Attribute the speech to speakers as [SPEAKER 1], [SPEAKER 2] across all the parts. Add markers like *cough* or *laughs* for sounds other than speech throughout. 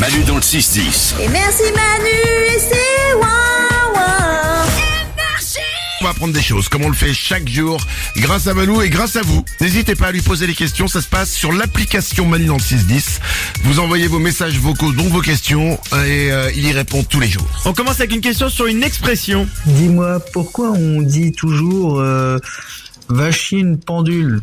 [SPEAKER 1] Manu dans le 6-10.
[SPEAKER 2] Et merci Manu et c'est Wawa.
[SPEAKER 3] On va apprendre des choses, comme on le fait chaque jour, grâce à Malou et grâce à vous. N'hésitez pas à lui poser les questions, ça se passe sur l'application Manu dans le 610. Vous envoyez vos messages vocaux, donc vos questions, et euh, il y répond tous les jours.
[SPEAKER 4] On commence avec une question sur une expression.
[SPEAKER 5] Dis-moi, pourquoi on dit toujours euh, vachine pendule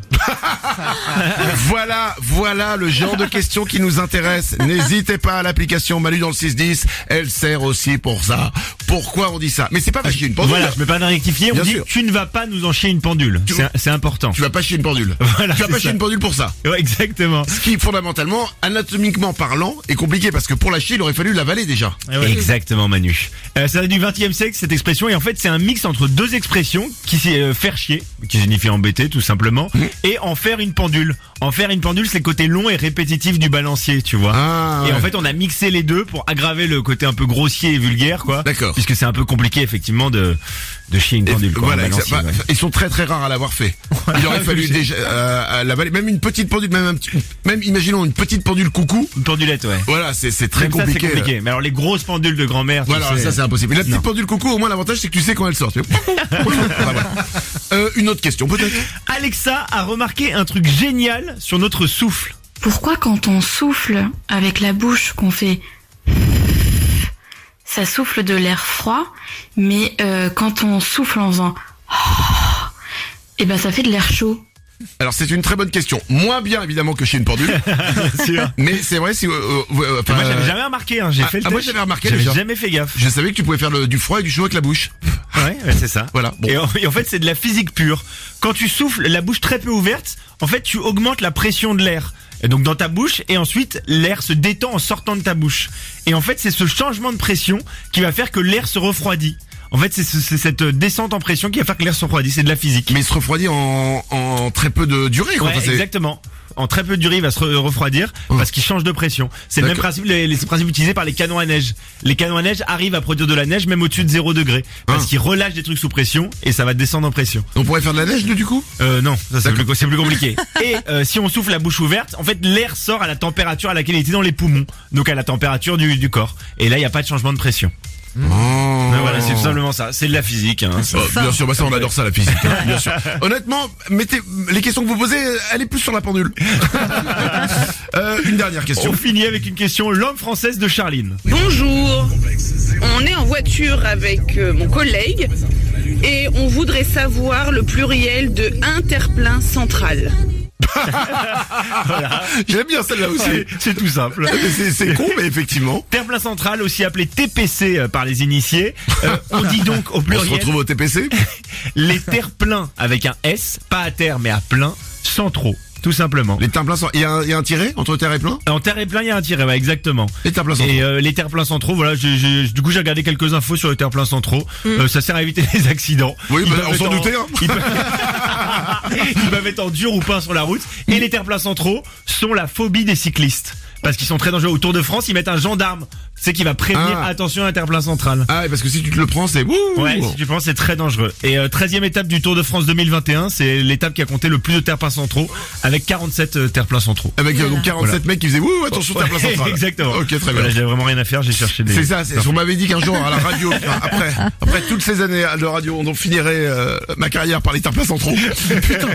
[SPEAKER 3] Voilà, voilà le genre de questions qui nous intéresse. N'hésitez pas à l'application Manu dans le 610, elle sert aussi pour ça. Pourquoi on dit ça Mais c'est pas facile, une pendule.
[SPEAKER 4] Voilà, je me pas de rectifier. On
[SPEAKER 3] Bien
[SPEAKER 4] dit
[SPEAKER 3] sûr.
[SPEAKER 4] tu ne vas pas nous en chier une pendule.
[SPEAKER 3] Tu-
[SPEAKER 4] C'est c'est important.
[SPEAKER 3] Tu vas pas chier une pendule.
[SPEAKER 4] Voilà,
[SPEAKER 3] tu vas
[SPEAKER 4] c'est
[SPEAKER 3] pas chier
[SPEAKER 4] ça.
[SPEAKER 3] une pendule pour ça.
[SPEAKER 4] Ouais, exactement.
[SPEAKER 3] Ce qui, fondamentalement, anatomiquement parlant, est compliqué parce que pour la chier, il aurait fallu l'avaler déjà.
[SPEAKER 4] Exactement Manu. Euh, ça date du 20 e siècle cette expression et en fait c'est un mix entre deux expressions qui c'est euh, faire chier, qui signifie embêter tout simplement, et en faire une pendule. En faire une pendule c'est le côté long et répétitif du balancier tu vois.
[SPEAKER 3] Ah,
[SPEAKER 4] Et
[SPEAKER 3] ouais.
[SPEAKER 4] en fait, on a mixé les deux pour aggraver le côté un peu grossier et vulgaire, quoi.
[SPEAKER 3] D'accord.
[SPEAKER 4] Puisque c'est un peu compliqué, effectivement, de, de chier une
[SPEAKER 3] Et
[SPEAKER 4] pendule, quoi.
[SPEAKER 3] voilà,
[SPEAKER 4] en
[SPEAKER 3] exact.
[SPEAKER 4] balancier,
[SPEAKER 3] Bah,
[SPEAKER 4] ouais.
[SPEAKER 3] Ils sont très très rares à l'avoir fait. Il aurait fallu
[SPEAKER 4] Je sais.
[SPEAKER 3] déjà euh, à l'avaler. Même une petite pendule, même un petit- même imaginons une petite pendule coucou.
[SPEAKER 4] Une pendulette, ouais.
[SPEAKER 3] Voilà, c'est c'est très
[SPEAKER 4] Même ça,
[SPEAKER 3] compliqué.
[SPEAKER 4] c'est compliqué. Mais alors, les grosses pendules de grand-mère, tu
[SPEAKER 3] Voilà,
[SPEAKER 4] sais,
[SPEAKER 3] ça c'est impossible. Mais la petite
[SPEAKER 4] Non.
[SPEAKER 3] pendule coucou, au moins l'avantage c'est que tu sais quand elle sort. Tu
[SPEAKER 4] *laughs*
[SPEAKER 3] fais- Enfin, voilà. Euh, une autre question peut-être.
[SPEAKER 4] Alexa a remarqué un truc génial sur
[SPEAKER 3] *laughs*
[SPEAKER 4] notre souffle.
[SPEAKER 6] Pourquoi quand on souffle avec la bouche qu'on fait ça souffle de l'air froid, mais euh, quand on souffle en faisant et ben ça fait de l'air chaud.
[SPEAKER 3] Alors c'est une très bonne question. Moins bien évidemment que chez une
[SPEAKER 4] *laughs*
[SPEAKER 3] pendule, mais c'est vrai si. euh, euh, euh,
[SPEAKER 4] Moi, je
[SPEAKER 3] enfin,
[SPEAKER 4] l'avais jamais remarqué, hein. J'ai
[SPEAKER 3] ah,
[SPEAKER 4] fait le
[SPEAKER 3] ah, moi,
[SPEAKER 4] test.
[SPEAKER 3] j'avais remarqué
[SPEAKER 4] J'avais
[SPEAKER 3] déjà.
[SPEAKER 4] jamais fait
[SPEAKER 3] *laughs*
[SPEAKER 4] gaffe.
[SPEAKER 3] je savais que tu pouvais faire le- du froid et du chaud avec la bouche.
[SPEAKER 4] Ouais, ouais, c'est ça.
[SPEAKER 3] Voilà, bon.
[SPEAKER 4] Et, oh. en, et en fait, c'est de la physique pure. Quand tu souffles, la bouche très peu ouverte, en fait, tu augmentes la pression de l'air. Et Donc dans ta bouche et ensuite l'air se détend en sortant de ta bouche. Et en fait, c'est ce changement de pression qui va faire que l'air se refroidit. En fait, c'est ce- c'est cette descente en pression qui va faire que l'air se refroidit. C'est de la physique.
[SPEAKER 3] Mais il se refroidit en, en très peu de durée. Quoi.
[SPEAKER 4] Ouais,
[SPEAKER 3] Enfin, c'est-
[SPEAKER 4] exactement. En très peu de durée, il va se re- refroidir parce qu'il change de pression. C'est le même
[SPEAKER 3] Oh. D'accord.
[SPEAKER 4] principe, les, les principes utilisés par les canons à neige. Les canons à neige arrivent à produire de la neige même au-dessus de 0 degré parce
[SPEAKER 3] Hein.
[SPEAKER 4] qu'ils relâchent des trucs sous pression et ça va descendre en pression.
[SPEAKER 3] On pourrait faire de la neige du coup.
[SPEAKER 4] Euh, non, ça c'est
[SPEAKER 3] D'accord.
[SPEAKER 4] plus, c'est
[SPEAKER 3] *laughs*
[SPEAKER 4] plus compliqué. Et euh, si on souffle la bouche ouverte, en fait l'air sort à la température à laquelle il était dans les poumons, donc à la température du, du corps. Et là, il n'y a pas de changement de pression.
[SPEAKER 3] Oh.
[SPEAKER 4] Ben Voilà, c'est tout simplement ça. C'est de la
[SPEAKER 3] *laughs*
[SPEAKER 4] physique. Hein, ça.
[SPEAKER 3] Oh, bien sûr, bah ça on adore ça la physique, hein, bien *laughs* sûr. Honnêtement, mettez les questions que vous posez, elle est plus sur la *laughs* pendule. Euh, une dernière question.
[SPEAKER 4] On finit avec une question, l'homme française de Charline.
[SPEAKER 7] Bonjour, on est en voiture avec euh, mon collègue et on voudrait savoir le pluriel de interplein central.
[SPEAKER 3] *laughs* J'aime bien celle-là aussi.
[SPEAKER 4] C'est- C'est tout simple.
[SPEAKER 3] Mais c'est- C'est con, mais effectivement.
[SPEAKER 4] Terre-plein central, aussi appelé TPC euh, par les initiés.
[SPEAKER 3] *laughs*
[SPEAKER 4] Euh, on dit donc au
[SPEAKER 3] On se
[SPEAKER 4] pluriel
[SPEAKER 3] retrouve au TPC.
[SPEAKER 4] les terre-pleins avec un S, pas à terre mais à plein, sans trop, tout simplement.
[SPEAKER 3] Les terres pleins sont. Il y, a un- il y a un tiré entre terre et plein
[SPEAKER 4] En terre et plein, il y a un tiret, ouais, exactement.
[SPEAKER 3] Les terres pleins sont.
[SPEAKER 4] Et euh, les terre-pleins centraux, voilà, j'ai- j'ai- du coup j'ai regardé quelques infos sur les terre-pleins centraux. Euh, ça sert à éviter les accidents.
[SPEAKER 3] Mm. Oui,
[SPEAKER 4] Ils
[SPEAKER 3] bah,
[SPEAKER 4] peuvent
[SPEAKER 3] on
[SPEAKER 4] être
[SPEAKER 3] s'en
[SPEAKER 4] en-
[SPEAKER 3] doutait, hein. *laughs*
[SPEAKER 4] Ils peuvent... ils peuvent être en dur ou pas sur la route. Et les terre-pleins centraux sont la phobie des cyclistes. Parce qu'ils sont très dangereux. Au Tour de France, ils mettent un gendarme. C'est qui va prévenir
[SPEAKER 3] Ah.
[SPEAKER 4] attention à un terre-plein central.
[SPEAKER 3] Ah, et parce que si tu te le prends, c'est. Wouh
[SPEAKER 4] Ouais, si tu penses, c'est très dangereux. Et euh, 13e étape du Tour de France 2021, c'est l'étape qui a compté le plus de terre-plein centraux, avec 47 euh, terre-plein centraux.
[SPEAKER 3] Avec euh, donc 47 mecs qui faisaient Wouh, attention, terre plein
[SPEAKER 4] Ouais,
[SPEAKER 3] *laughs* central.
[SPEAKER 4] *laughs* Exactement.
[SPEAKER 3] Ok, très bien.
[SPEAKER 4] Voilà, j'avais vraiment rien à faire, j'ai cherché des...
[SPEAKER 3] C'est ça, c'est, on m'avait dit qu'un jour à la radio, enfin, *laughs* après, après toutes ces années de radio, on en finirait euh, ma carrière par les terres en trop. *laughs* Putain.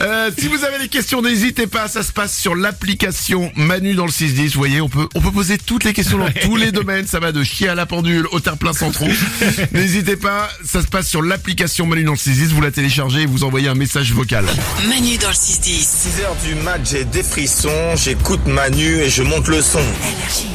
[SPEAKER 3] Euh, si vous avez des questions, n'hésitez pas, ça se passe sur l'application Manu dans le 610. Vous voyez, on peut, on peut poser toutes les questions dans tous les domaines. Ça va de chier à la pendule au terre plein *laughs* centraux. N'hésitez pas, ça se passe sur l'application Manu dans le 610. Vous la téléchargez et vous envoyez un message vocal.
[SPEAKER 8] Manu dans le 6-10.
[SPEAKER 9] 6 heures du match, j'ai des frissons, j'écoute Manu et je monte le son.
[SPEAKER 8] Énergie.